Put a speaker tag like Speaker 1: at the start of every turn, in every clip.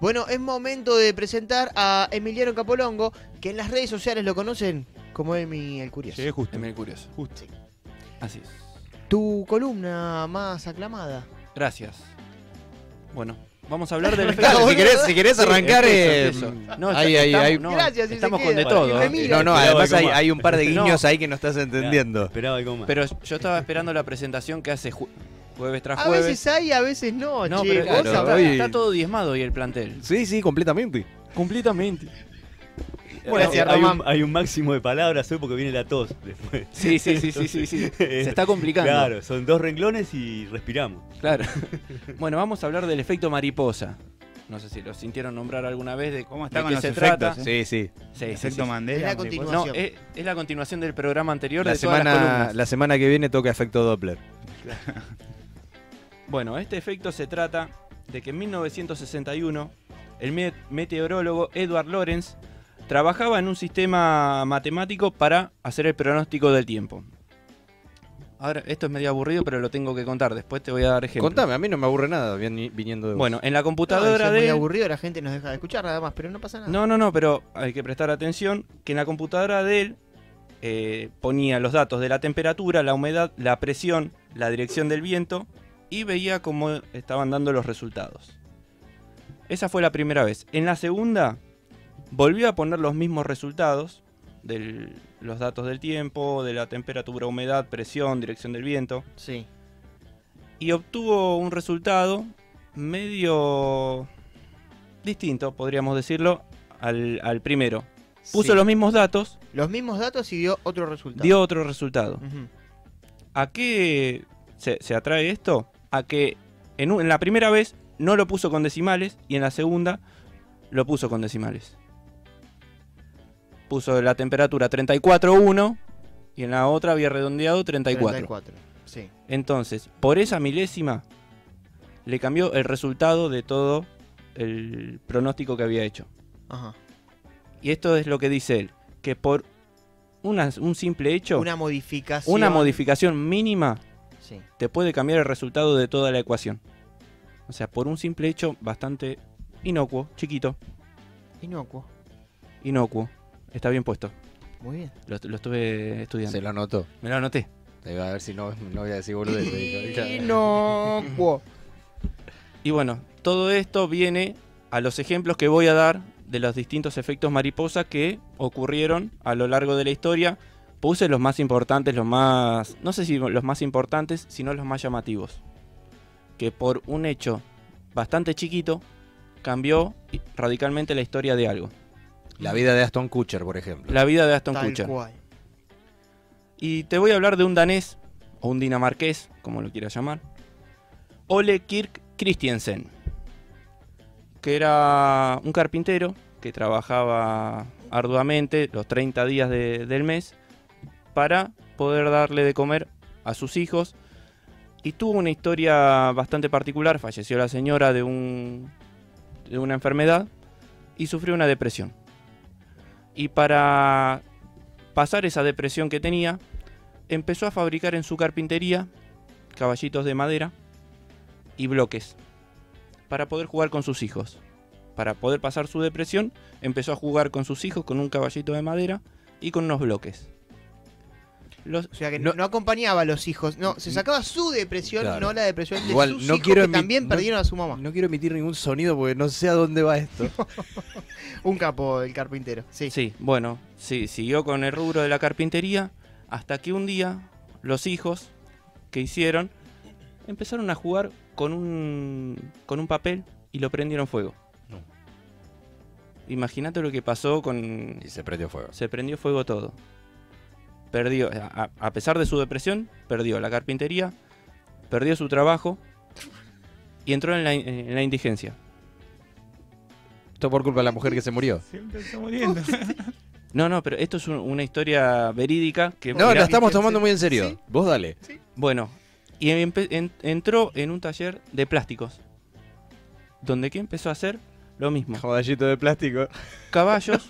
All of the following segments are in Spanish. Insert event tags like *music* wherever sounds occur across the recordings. Speaker 1: Bueno, es momento de presentar a Emiliano Capolongo, que en las redes sociales lo conocen como Emi el Curioso.
Speaker 2: Llegué justo.
Speaker 3: Emil Curioso.
Speaker 2: Justo.
Speaker 3: Así es.
Speaker 1: Tu columna más aclamada.
Speaker 3: Gracias. Bueno, vamos a hablar del
Speaker 1: Claro,
Speaker 3: festival.
Speaker 1: boludo.
Speaker 4: si, querés, si querés
Speaker 3: Sí,
Speaker 4: arrancar.
Speaker 3: empiezo,
Speaker 4: eh,
Speaker 3: empiezo. No,
Speaker 4: ahí,
Speaker 3: está-
Speaker 4: ahí,
Speaker 3: estamos-
Speaker 4: ahí.
Speaker 3: no,
Speaker 1: Gracias, si se
Speaker 3: estamos
Speaker 1: queda.
Speaker 3: con de todo.
Speaker 1: Me mira.
Speaker 4: No, no,
Speaker 2: Cuidado
Speaker 4: además
Speaker 2: de
Speaker 4: hay,
Speaker 2: cómo-
Speaker 4: hay un par de
Speaker 3: No.
Speaker 4: guiños ahí que *laughs* no estás entendiendo.
Speaker 2: Esperaba algo más.
Speaker 3: Pero yo estaba esperando la presentación que hace ju- jueves tras
Speaker 1: A
Speaker 3: jueves.
Speaker 1: veces hay, a veces no,
Speaker 3: no,
Speaker 1: che,
Speaker 3: pero
Speaker 1: vos
Speaker 4: claro,
Speaker 1: sabrás.
Speaker 3: está,
Speaker 4: hoy-
Speaker 3: está todo diezmado hoy el plantel.
Speaker 4: Sí, sí, completamente.
Speaker 3: Completamente.
Speaker 1: Gracias,
Speaker 2: hay,
Speaker 1: Román.
Speaker 2: un, hay un máximo de palabras hoy porque viene la tos después.
Speaker 3: Sí, sí, sí, sí, sí, sí. Se está complicando.
Speaker 2: Claro, son dos renglones y respiramos.
Speaker 3: Claro. *laughs* Bueno, vamos a hablar del efecto mariposa. No sé si lo sintieron nombrar alguna vez de
Speaker 5: ¿Cómo está
Speaker 3: de
Speaker 5: con
Speaker 3: qué
Speaker 5: los
Speaker 3: se
Speaker 5: efectos,
Speaker 3: trata.
Speaker 4: Sí,
Speaker 5: eh?
Speaker 4: sí.
Speaker 3: Sí, sí,
Speaker 5: Efecto
Speaker 3: sí, sí.
Speaker 5: Mandela.
Speaker 1: Es la
Speaker 5: mariposa.
Speaker 1: continuación.
Speaker 3: No, eh, es, es la continuación del programa anterior
Speaker 4: La
Speaker 3: de todas las
Speaker 4: semana,
Speaker 3: columnas.
Speaker 4: la semana que viene toca efecto Doppler.
Speaker 3: Bueno, este efecto se trata de que en 1961 el me- meteorólogo Edward Lorenz trabajaba en un sistema matemático para hacer el pronóstico del tiempo. Ahora, esto es medio aburrido, pero lo tengo que contar. Después te voy a dar ejemplos.
Speaker 4: Contame, a mí no me aburre nada vien- viniendo de vos.
Speaker 3: Bueno, en
Speaker 1: No,
Speaker 3: la
Speaker 1: eso
Speaker 3: computadora
Speaker 1: es muy
Speaker 3: de...
Speaker 1: aburrido, la gente nos deja de escuchar nada más, pero no pasa nada.
Speaker 3: No, no, no, pero hay que prestar atención que en la computadora de él eh, ponía los datos de la temperatura, la humedad, la presión, la dirección del viento y veía cómo estaban dando los resultados. Esa fue la primera vez. En la segunda volvió a poner los mismos resultados de los datos del tiempo, de la temperatura, humedad, presión, dirección del viento
Speaker 1: Sí.
Speaker 3: y obtuvo un resultado medio distinto, podríamos decirlo, al, al primero. Puso
Speaker 1: Sí.
Speaker 3: los mismos datos,
Speaker 1: Los mismos datos y dio otro resultado.
Speaker 3: dio otro resultado.
Speaker 1: Ujú.
Speaker 3: ¿A qué se, se atrae esto? A que en, un- en la primera vez no lo puso con decimales y en la segunda lo puso con decimales. Puso la temperatura 34.1 y en la otra había redondeado 34.
Speaker 1: 34. Sí.
Speaker 3: Entonces, por esa milésima, le cambió el resultado de todo el pronóstico que había hecho.
Speaker 1: Ajá.
Speaker 3: Y esto es lo que dice él, que por una- un simple hecho, una,
Speaker 1: Una modificación.
Speaker 3: modificación mínima,
Speaker 1: Sí.
Speaker 3: te puede cambiar el resultado de toda la ecuación. O sea, por un simple hecho bastante inocuo, chiquito,
Speaker 1: Inocuo.
Speaker 3: inocuo. Está bien puesto.
Speaker 1: Muy bien.
Speaker 3: Lo, lo estuve estudiando.
Speaker 4: se lo anotó.
Speaker 3: Me lo anoté.
Speaker 4: Te va A ver si no, no voy a decir boludeces.
Speaker 1: Inocuo.
Speaker 3: Y bueno, todo esto viene a los ejemplos que voy a dar de los distintos efectos mariposa que ocurrieron a lo largo de la historia. Puse los más importantes, los más, no sé si los más importantes, sino los más llamativos. Que por un hecho bastante chiquito cambió i- radicalmente la historia de algo.
Speaker 4: La vida de Aston Kutcher, por ejemplo.
Speaker 3: La vida de Aston
Speaker 1: Tal
Speaker 3: Kutcher.
Speaker 1: cual.
Speaker 3: Y te voy a hablar de un danés, o un dinamarqués, como lo quieras llamar, Ole Kirk Christiansen, que era un carpintero que trabajaba arduamente los 30 días de- del mes para poder darle de comer a sus hijos. Y tuvo una historia bastante particular, falleció la señora de, un, de una enfermedad y sufrió una depresión. Y para pasar esa depresión que tenía, empezó a fabricar en su carpintería caballitos de madera y bloques para poder jugar con sus hijos. Para poder pasar su depresión, empezó a jugar con sus hijos con un caballito de madera y con unos bloques. Los,
Speaker 1: O sea que no,
Speaker 3: No-
Speaker 1: no acompañaba a los hijos. No, se sacaba su depresión,
Speaker 4: Claro.
Speaker 1: no la depresión de
Speaker 4: Igual,
Speaker 1: sus
Speaker 4: no
Speaker 1: hijos
Speaker 4: quiero
Speaker 1: que
Speaker 4: emi-
Speaker 1: también
Speaker 4: no-
Speaker 1: perdieron a su mamá.
Speaker 4: No quiero emitir ningún sonido porque no sé a dónde va esto.
Speaker 1: Un capo el carpintero. Sí.
Speaker 3: Sí, bueno, sí, siguió con el rubro de la carpintería hasta que un día los hijos que hicieron empezaron a jugar con un, con un papel y lo prendieron fuego.
Speaker 4: No.
Speaker 3: Imagínate lo que pasó con...
Speaker 4: *laughs* Y se prendió fuego.
Speaker 3: Se prendió fuego todo. Perdió, a, a pesar de su depresión, perdió la carpintería, perdió su trabajo y entró en la, in- en la indigencia.
Speaker 4: Esto por culpa de la mujer que se murió.
Speaker 5: Siempre está muriendo.
Speaker 3: No, no, pero esto es un- una historia verídica que...
Speaker 4: No,
Speaker 3: mirá-
Speaker 4: la estamos tomando muy en serio.
Speaker 1: Sí.
Speaker 4: Vos dale.
Speaker 3: Bueno, y empe- en- entró en un taller de plásticos. Donde que empezó a hacer lo mismo.
Speaker 4: Caballito de plástico.
Speaker 3: Caballos,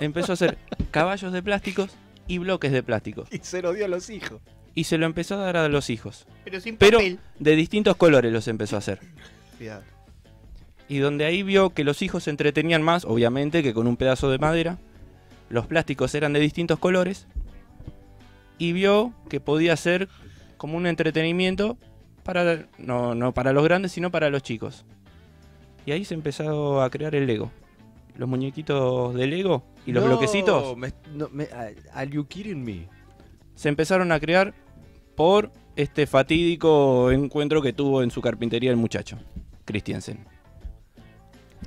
Speaker 3: empezó a hacer caballos de plásticos y bloques de plásticos.
Speaker 4: Y se lo dio a los hijos.
Speaker 3: Y se lo empezó a dar a los hijos.
Speaker 1: Pero sin
Speaker 3: Pero
Speaker 1: papel.
Speaker 3: de distintos colores los empezó a hacer.
Speaker 1: Cuidado.
Speaker 3: y donde ahí vio que los hijos se entretenían más, obviamente, que con un pedazo de madera. Los plásticos eran de distintos colores y vio que podía ser como un entretenimiento para no, no para los grandes, sino para los chicos. Y ahí se empezó a crear el Lego. Los muñequitos de Lego y los
Speaker 4: No,
Speaker 3: bloquecitos
Speaker 4: me- no, me- are you kidding me?
Speaker 3: se empezaron a crear por este fatídico encuentro que tuvo en su carpintería el muchacho, Christiansen.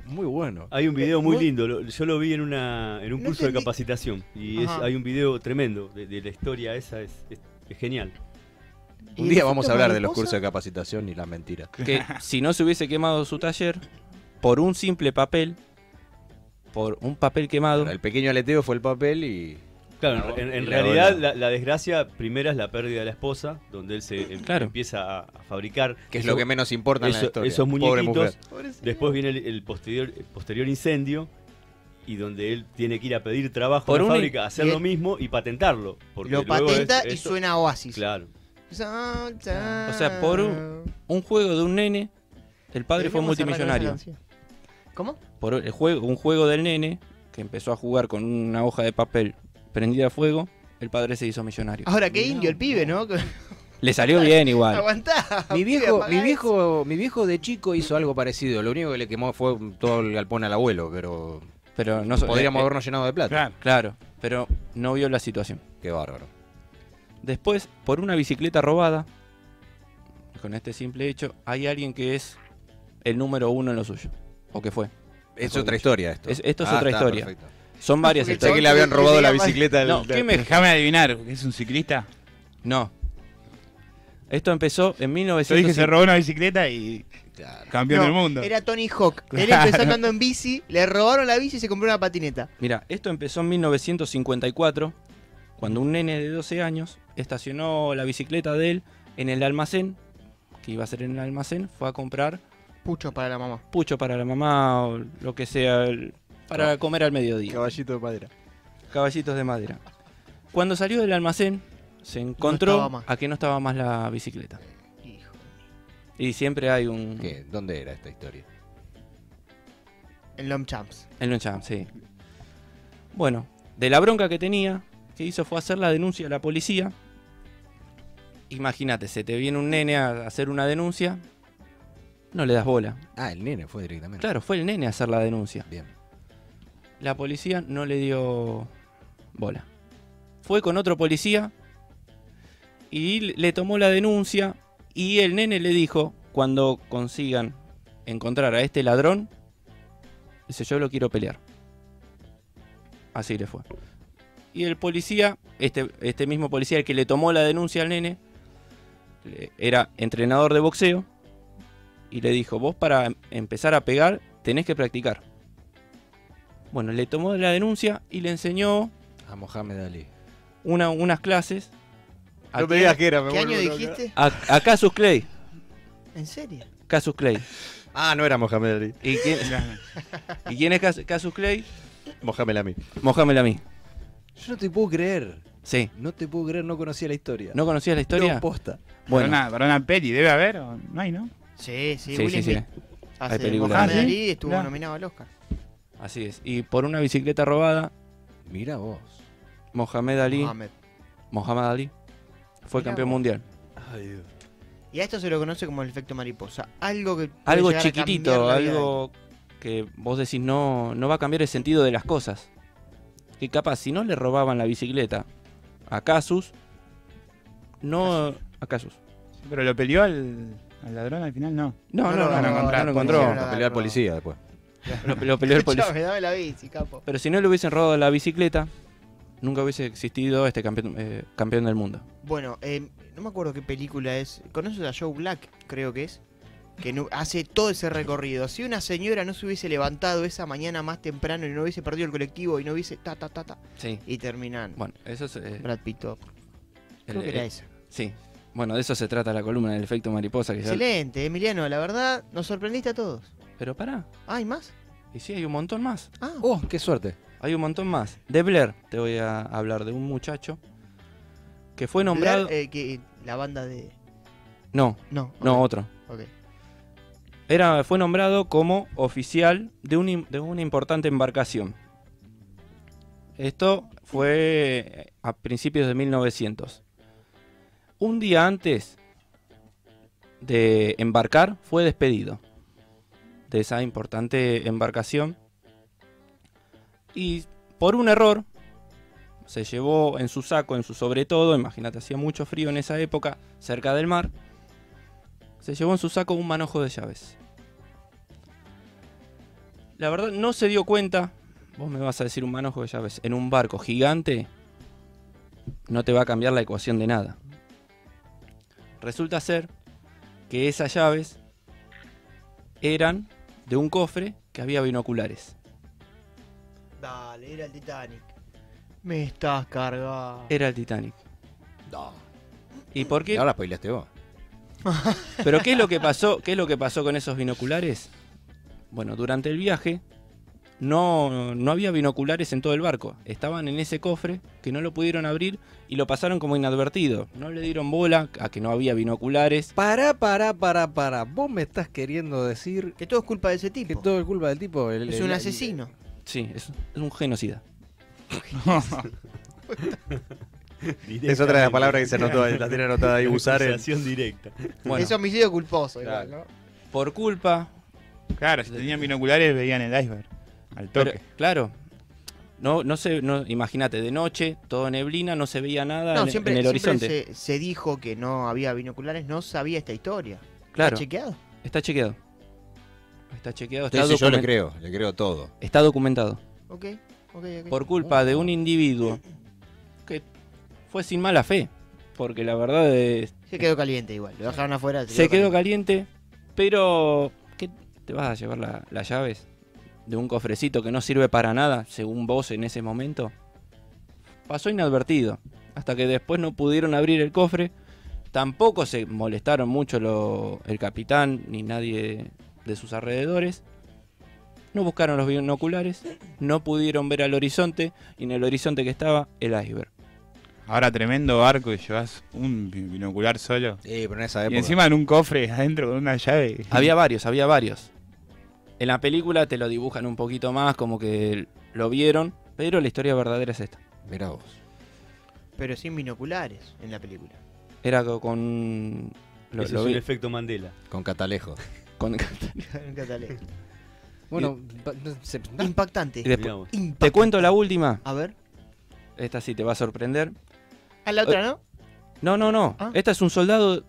Speaker 4: Muy bueno.
Speaker 1: Ah,
Speaker 2: Hay un video muy
Speaker 1: ¿Vos?
Speaker 2: lindo, lo- yo lo vi en, una, en un
Speaker 1: No
Speaker 2: curso de
Speaker 1: entendí-
Speaker 2: capacitación y es-
Speaker 1: Ajá.
Speaker 2: hay un video tremendo de, de la historia esa, es, es- es genial.
Speaker 1: ¿Y
Speaker 4: Un
Speaker 1: el
Speaker 4: día vamos a
Speaker 1: efecto
Speaker 4: hablar de los
Speaker 1: mariposa?
Speaker 4: cursos de capacitación y las mentiras. *laughs*
Speaker 3: que si no se hubiese quemado su taller por un simple papel, por un papel quemado,
Speaker 4: El pequeño aleteo fue el papel y.
Speaker 2: Claro, en, en- en
Speaker 4: Y la
Speaker 2: realidad
Speaker 4: verdad.
Speaker 2: la, la desgracia primera es la pérdida de la esposa, donde él se em-
Speaker 3: Claro.
Speaker 2: empieza a, a fabricar.
Speaker 4: que es
Speaker 2: Eso-
Speaker 4: lo que menos importa en la
Speaker 2: eso-
Speaker 4: historia.
Speaker 2: esos
Speaker 4: Pobre mujer.
Speaker 2: muñequitos. Después viene el, el posterior, el posterior incendio y donde él tiene que ir a pedir trabajo
Speaker 3: Por
Speaker 2: a la
Speaker 3: una-
Speaker 2: fábrica, hacer
Speaker 1: y
Speaker 2: lo
Speaker 1: él-
Speaker 2: mismo y patentarlo. Porque
Speaker 1: Lo
Speaker 2: luego es
Speaker 1: patenta y
Speaker 2: esto-
Speaker 1: suena a Oasis.
Speaker 2: Claro.
Speaker 1: Son- son-
Speaker 3: O sea, por un juego de un nene, el padre fue
Speaker 1: Deberíamos arrancar
Speaker 3: multimillonario.
Speaker 1: esa canción. ¿Cómo?
Speaker 3: Por el juego, un juego del nene que empezó a jugar con una hoja de papel prendida a fuego, el padre se hizo millonario.
Speaker 1: Ahora, qué indio el pibe, ¿no?
Speaker 3: Le salió bien
Speaker 1: *laughs*
Speaker 3: igual.
Speaker 1: Aguantá.
Speaker 4: Mi
Speaker 1: pibe,
Speaker 4: viejo,
Speaker 1: apagá
Speaker 4: mi viejo, mi viejo de chico hizo algo parecido. Lo único que le quemó fue todo el galpón al abuelo, pero
Speaker 3: Pero no so-
Speaker 4: podríamos
Speaker 3: eh,
Speaker 4: habernos llenado de plata.
Speaker 3: eh, Claro, pero no vio la situación.
Speaker 4: Qué bárbaro.
Speaker 3: Después, por una bicicleta robada, con este simple hecho, hay alguien que es el número uno en lo suyo. O que fue.
Speaker 4: Es
Speaker 3: Mejor
Speaker 4: otra
Speaker 3: dicho.
Speaker 4: historia esto. Ah,
Speaker 3: Es- esto es otra
Speaker 4: está,
Speaker 3: historia.
Speaker 4: perfecto.
Speaker 3: Son varias
Speaker 1: Porque el
Speaker 4: Pensé
Speaker 3: historias.
Speaker 4: que le habían robado la
Speaker 1: Tenía más-
Speaker 4: bicicleta. al-
Speaker 3: No, ¿qué me
Speaker 5: Déjame adivinar, ¿que ¿es un ciclista?
Speaker 3: No. Esto empezó en
Speaker 5: Yo dije se
Speaker 3: 1950.
Speaker 5: robó una bicicleta y
Speaker 4: Claro.
Speaker 5: campeón
Speaker 1: No,
Speaker 5: del mundo.
Speaker 1: Era Tony Hawk. Él
Speaker 5: Claro.
Speaker 1: empezó andando en bici, le robaron la bici y se compró una patineta.
Speaker 3: Mira, esto empezó en 1954, cuando un nene de 12 años estacionó la bicicleta de él en el almacén, que iba a ser en el almacén, fue a comprar
Speaker 1: Pucho para la mamá.
Speaker 3: pucho para la mamá o lo que sea, el- para comer al mediodía.
Speaker 4: Ah. Caballito de madera.
Speaker 3: caballitos de madera. Cuando salió del almacén, se
Speaker 1: estaba
Speaker 3: encontró
Speaker 1: más.
Speaker 3: a que no estaba más la bicicleta.
Speaker 1: Hijo.
Speaker 3: Y siempre hay un...
Speaker 4: ¿Qué? ¿Dónde era esta historia?
Speaker 1: En Lomchamps.
Speaker 3: El Loncham, sí. Bueno, de la bronca que tenía, que hizo fue hacer la denuncia a la policía. Imagínate, se te viene un nene a hacer una denuncia, no le das bola.
Speaker 4: Ah, el nene fue directamente.
Speaker 3: Claro, fue el nene a hacer la denuncia.
Speaker 4: Bien.
Speaker 3: La policía no le dio bola. Fue con otro policía y le tomó la denuncia y el nene le dijo, cuando consigan encontrar a este ladrón, dice, yo lo quiero pelear. Así le fue. Y el policía, este, este mismo policía, el que le tomó la denuncia al nene, le- era entrenador de boxeo y le dijo, vos para em- empezar a pegar tenés que practicar. Bueno, le tomó la denuncia y le enseñó
Speaker 4: A Mohamed Ali.
Speaker 3: una- unas clases. a quién-
Speaker 4: que era, me
Speaker 1: ¿Qué año
Speaker 4: vuelvo loco.
Speaker 1: dijiste?
Speaker 3: A, a Casus Clay.
Speaker 1: ¿En serio?
Speaker 3: Casus Clay.
Speaker 4: Ah, no era Mohamed Ali.
Speaker 3: ¿Y quién, y quién es Cas- Casus Clay?
Speaker 4: Mohamed Ali.
Speaker 3: Mojámela a mí.
Speaker 4: Yo no te puedo creer.
Speaker 3: Sí.
Speaker 4: No te puedo creer, no conocía la historia.
Speaker 3: ¿No conocías la historia?
Speaker 4: No, posta.
Speaker 5: Para,
Speaker 3: bueno,
Speaker 5: una, para una peli, debe haber, o no hay, ¿no?
Speaker 1: Sí, sí,
Speaker 3: sí,
Speaker 1: Will
Speaker 3: sí, sí.
Speaker 1: Smith. Hace
Speaker 3: Hay películas.
Speaker 1: Mohamed
Speaker 5: Ah, ¿sí?
Speaker 1: Ali estuvo
Speaker 5: Mirá.
Speaker 1: nominado al Oscar.
Speaker 3: Así es. Y por una bicicleta robada,
Speaker 4: Mira vos.
Speaker 3: Mohamed Ali,
Speaker 1: Mohamed.
Speaker 3: Mohamed Ali, fue
Speaker 1: Mirá
Speaker 3: campeón
Speaker 1: vos.
Speaker 3: mundial.
Speaker 1: Y a esto se lo conoce como el efecto mariposa. Algo que. puede
Speaker 3: Algo
Speaker 1: llegar a cambiar
Speaker 3: chiquitito,
Speaker 1: la vida de-
Speaker 3: algo que vos decís no, no va a cambiar el sentido de las cosas. Que capaz, si no le robaban la bicicleta a Casus, no. A Casus.
Speaker 5: Sí, pero lo peleó al, al ladrón al final, no.
Speaker 3: No,
Speaker 1: No
Speaker 3: no,
Speaker 1: lo
Speaker 3: no,
Speaker 1: van a
Speaker 3: no,
Speaker 1: encontrar,
Speaker 3: no lo
Speaker 1: porque no
Speaker 3: encontró.
Speaker 1: lo- eh.
Speaker 4: A pelear policía después.
Speaker 3: Lo, lo
Speaker 1: *laughs*
Speaker 3: peleó el policía.
Speaker 1: Chame, dame la bici, capo.
Speaker 3: Pero si no le hubiesen robado la bicicleta, nunca hubiese existido este campeón, eh, campeón del mundo.
Speaker 1: Bueno, eh, no me acuerdo qué película es. ¿Conoces a Joe Black? Creo que es. Que no- hace todo ese recorrido. Si una señora no se hubiese levantado esa mañana más temprano y no hubiese perdido el colectivo y no hubiese ta, ta, ta, ta.
Speaker 3: Sí.
Speaker 1: Y terminan.
Speaker 3: Bueno, eso es. eh,
Speaker 1: Brad Pitt. todo. Creo
Speaker 3: el-
Speaker 1: que era
Speaker 3: eh,
Speaker 1: esa.
Speaker 3: sí. Bueno, de eso se trata la columna del efecto mariposa. Que ya-
Speaker 1: Excelente, Emiliano. La verdad, nos sorprendiste a todos.
Speaker 3: Pero pará.
Speaker 1: Ah, ¿hay más?
Speaker 3: Y sí, hay un montón más.
Speaker 1: Ah,
Speaker 4: Oh, qué suerte.
Speaker 3: Hay un montón más. De Blair, te voy a hablar de un muchacho que fue nombrado.
Speaker 1: Blair, eh, que, la banda de.
Speaker 3: No,
Speaker 1: No.
Speaker 3: no,
Speaker 1: ok,
Speaker 3: otro.
Speaker 1: ok.
Speaker 3: era, fue nombrado como oficial de, un im- de una importante embarcación. Esto fue eh, a principios de 1900. Un día antes de embarcar fue despedido de esa importante embarcación y por un error se llevó en su saco, en su sobre todo, imagínate, hacía mucho frío en esa época, cerca del mar, se llevó en su saco un manojo de llaves. La verdad no se dio cuenta, vos me vas a decir un manojo de llaves, en un barco gigante no te va a cambiar la ecuación de nada. Resulta ser que esas llaves eran de un cofre que había binoculares.
Speaker 1: Dale, era el Titanic. Me estás cargando.
Speaker 3: Era el Titanic.
Speaker 4: No.
Speaker 3: ¿Y por
Speaker 4: Y
Speaker 3: qué?
Speaker 4: ahora spoileaste vos.
Speaker 3: Pero ¿qué es lo que pasó? ¿Qué es lo que pasó con esos binoculares? Bueno, durante el viaje no, no había binoculares en todo el barco. Estaban en ese cofre que no lo pudieron abrir y lo pasaron como inadvertido. No le dieron bola a que no había binoculares.
Speaker 4: Pará, pará, pará, pará. Vos me estás queriendo decir
Speaker 1: Que todo es culpa de ese tipo.
Speaker 4: que todo es culpa del tipo. el-
Speaker 1: es
Speaker 4: el-
Speaker 1: un
Speaker 4: el-
Speaker 1: asesino.
Speaker 3: Sí, es, es un genocida.
Speaker 2: *laughs* Directamente.
Speaker 4: otra de las palabras que se anotó, la tiene anotada ahí, usar el-
Speaker 2: Acusación directa.
Speaker 3: Bueno,
Speaker 1: Es homicidio culposo,
Speaker 4: Claro.
Speaker 1: igual, ¿no?
Speaker 3: por culpa
Speaker 5: Claro, si tenían binoculares veían el iceberg. Al
Speaker 3: Pero,
Speaker 5: toque.
Speaker 3: claro. No, no se, no, imagínate, de noche, todo neblina, no se veía nada
Speaker 1: No,
Speaker 3: en,
Speaker 1: siempre,
Speaker 3: en el
Speaker 1: siempre
Speaker 3: horizonte.
Speaker 1: se, se dijo que no había binoculares, no sabía esta historia.
Speaker 3: Claro,
Speaker 1: ¿Está chequeado?
Speaker 3: está chequeado. Está chequeado, está,
Speaker 4: Entonces yo le
Speaker 3: documen-
Speaker 4: creo, le creo todo.
Speaker 3: está documentado.
Speaker 1: Ok, ok, ok.
Speaker 3: Por culpa de un individuo que fue sin mala fe, porque la verdad es,
Speaker 1: Se quedó caliente igual, lo dejaron afuera.
Speaker 3: se quedó caliente, pero ¿qué te vas a llevar la- las llaves de un cofrecito que no sirve para nada, según vos en ese momento? Pasó inadvertido, hasta que después no pudieron abrir el cofre. Tampoco se molestaron mucho lo- el capitán ni nadie de sus alrededores. No buscaron los binoculares, no pudieron ver al horizonte y en el horizonte que estaba el iceberg.
Speaker 5: Ahora tremendo barco y llevas un bi- binocular solo.
Speaker 4: Sí, pero en esa época.
Speaker 5: Y encima en un cofre *laughs* adentro con una llave.
Speaker 3: Había varios, había varios. En la película te lo dibujan un poquito más, como que lo vieron, pero la historia verdadera es esta.
Speaker 4: Mirá vos.
Speaker 1: Pero sin binoculares en la *laughs* película.
Speaker 3: Era co- con. Lo,
Speaker 2: Ese
Speaker 3: lo
Speaker 2: es
Speaker 3: vi-
Speaker 2: un efecto Mandela.
Speaker 4: Con catalejo.
Speaker 2: *laughs*
Speaker 3: con-
Speaker 1: En catalán.
Speaker 4: Bueno, pa- no, se- *laughs* no,
Speaker 1: Impactante.
Speaker 3: y después-
Speaker 2: Mirá vos.
Speaker 1: Impactante.
Speaker 3: te cuento la última.
Speaker 1: A ver.
Speaker 3: Esta sí te va a sorprender.
Speaker 1: A la otra, ¿no?
Speaker 3: No, no, no.
Speaker 1: Ah.
Speaker 3: Esta es un soldado.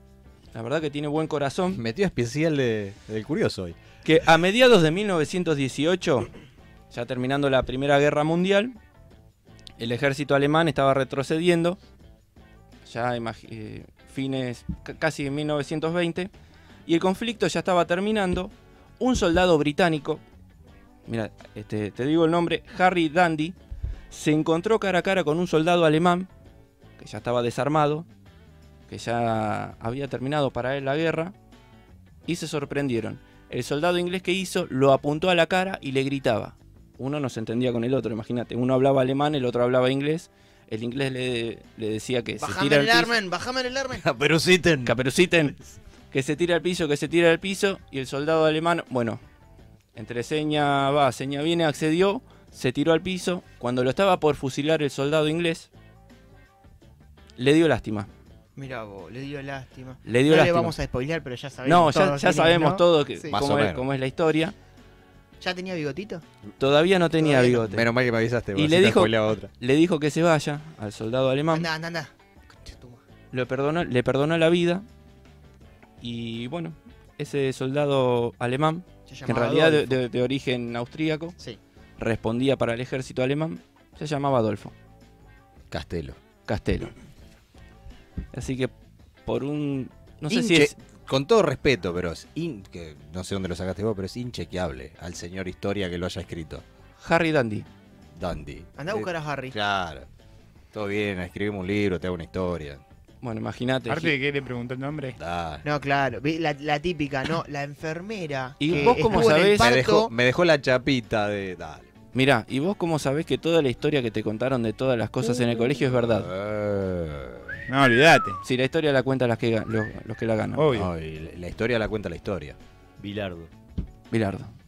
Speaker 3: La verdad que tiene buen corazón.
Speaker 4: metió especial de, del curioso hoy.
Speaker 3: Que a mediados de 1918, ya terminando la Primera Guerra Mundial, el ejército alemán estaba retrocediendo. Ya imagi- eh, fines ca- casi en 1920. Y el conflicto ya estaba terminando. Un soldado británico, mira, este, te digo el nombre, Harry Dandy, se encontró cara a cara con un soldado alemán que ya estaba desarmado, que ya había terminado para él la guerra, y se sorprendieron. El soldado inglés que hizo lo apuntó a la cara y le gritaba. Uno no se entendía con el otro, imagínate. Uno hablaba alemán, el otro hablaba inglés. El inglés le, le decía que se
Speaker 1: Bajame
Speaker 3: tira al
Speaker 1: el
Speaker 3: piso.
Speaker 1: armen, bajame el armen.
Speaker 3: *laughs*
Speaker 4: Pero citen.
Speaker 3: Caperuciten, que se tira al piso, que se tira al piso, y el soldado alemán, bueno, entre seña va, seña viene, accedió, se tiró al piso. Cuando lo estaba por fusilar el soldado inglés, le dio lástima.
Speaker 1: Mirá vos, le dio lástima.
Speaker 3: Le dio
Speaker 1: no le
Speaker 3: lástima.
Speaker 1: vamos a spoilear, pero ya
Speaker 3: no,
Speaker 1: sabemos.
Speaker 3: ya,
Speaker 1: todos
Speaker 3: ya
Speaker 1: quién es,
Speaker 3: sabemos
Speaker 1: ¿no?
Speaker 3: todo que,
Speaker 1: Sí.
Speaker 4: Más o
Speaker 3: cómo, es,
Speaker 4: menos.
Speaker 3: cómo es la historia.
Speaker 1: ¿Ya tenía bigotito?
Speaker 3: Todavía no tenía
Speaker 1: Todavía no.
Speaker 3: bigote.
Speaker 4: Menos mal que me avisaste.
Speaker 3: Y
Speaker 4: porque
Speaker 3: le
Speaker 4: si te
Speaker 3: dijo-
Speaker 4: spoileaba otra.
Speaker 3: Le dijo que se vaya al soldado alemán.
Speaker 1: Anda, anda, anda. Concha tu madre.
Speaker 3: lo perdonó, le perdonó la vida. Y bueno, ese soldado alemán,
Speaker 1: Se
Speaker 3: que en
Speaker 1: llamaba
Speaker 3: realidad de-
Speaker 1: Adolfo.
Speaker 3: de- de origen austríaco,
Speaker 1: Sí.
Speaker 3: respondía para el ejército alemán se llamaba Adolfo
Speaker 4: Castelo.
Speaker 3: Castelo. Así que por un... No sé si
Speaker 4: Inche-
Speaker 3: es...
Speaker 4: Con todo respeto, pero es in- que no sé dónde lo sacaste vos, pero es inchequeable al señor historia que lo haya escrito.
Speaker 3: Harry Dandy.
Speaker 4: Dandy.
Speaker 1: Anda a buscar a Harry.
Speaker 4: Eh, Claro. Todo bien, escribimos un libro, te hago una historia.
Speaker 3: Bueno, imagínate.
Speaker 5: Aparte de que le preguntó
Speaker 4: *laughs*
Speaker 5: el nombre.
Speaker 4: Da.
Speaker 1: No, claro, vi- la, la típica, ¿no? La enfermera.
Speaker 3: ¿Y
Speaker 1: que
Speaker 3: vos cómo
Speaker 1: estuvo en el
Speaker 3: sabés?
Speaker 1: parto,
Speaker 4: Me dejó, me dejó la chapita de. Dale.
Speaker 3: Mirá, ¿y vos cómo sabés que toda la historia que te contaron de todas las cosas en el colegio es verdad?
Speaker 4: Eh,
Speaker 5: No, olvídate.
Speaker 3: Si la historia la cuentan las que, ga- los, los que la ganan.
Speaker 5: Obvio.
Speaker 4: no, y la la historia la cuenta la historia.
Speaker 2: Bilardo.
Speaker 3: Bilardo.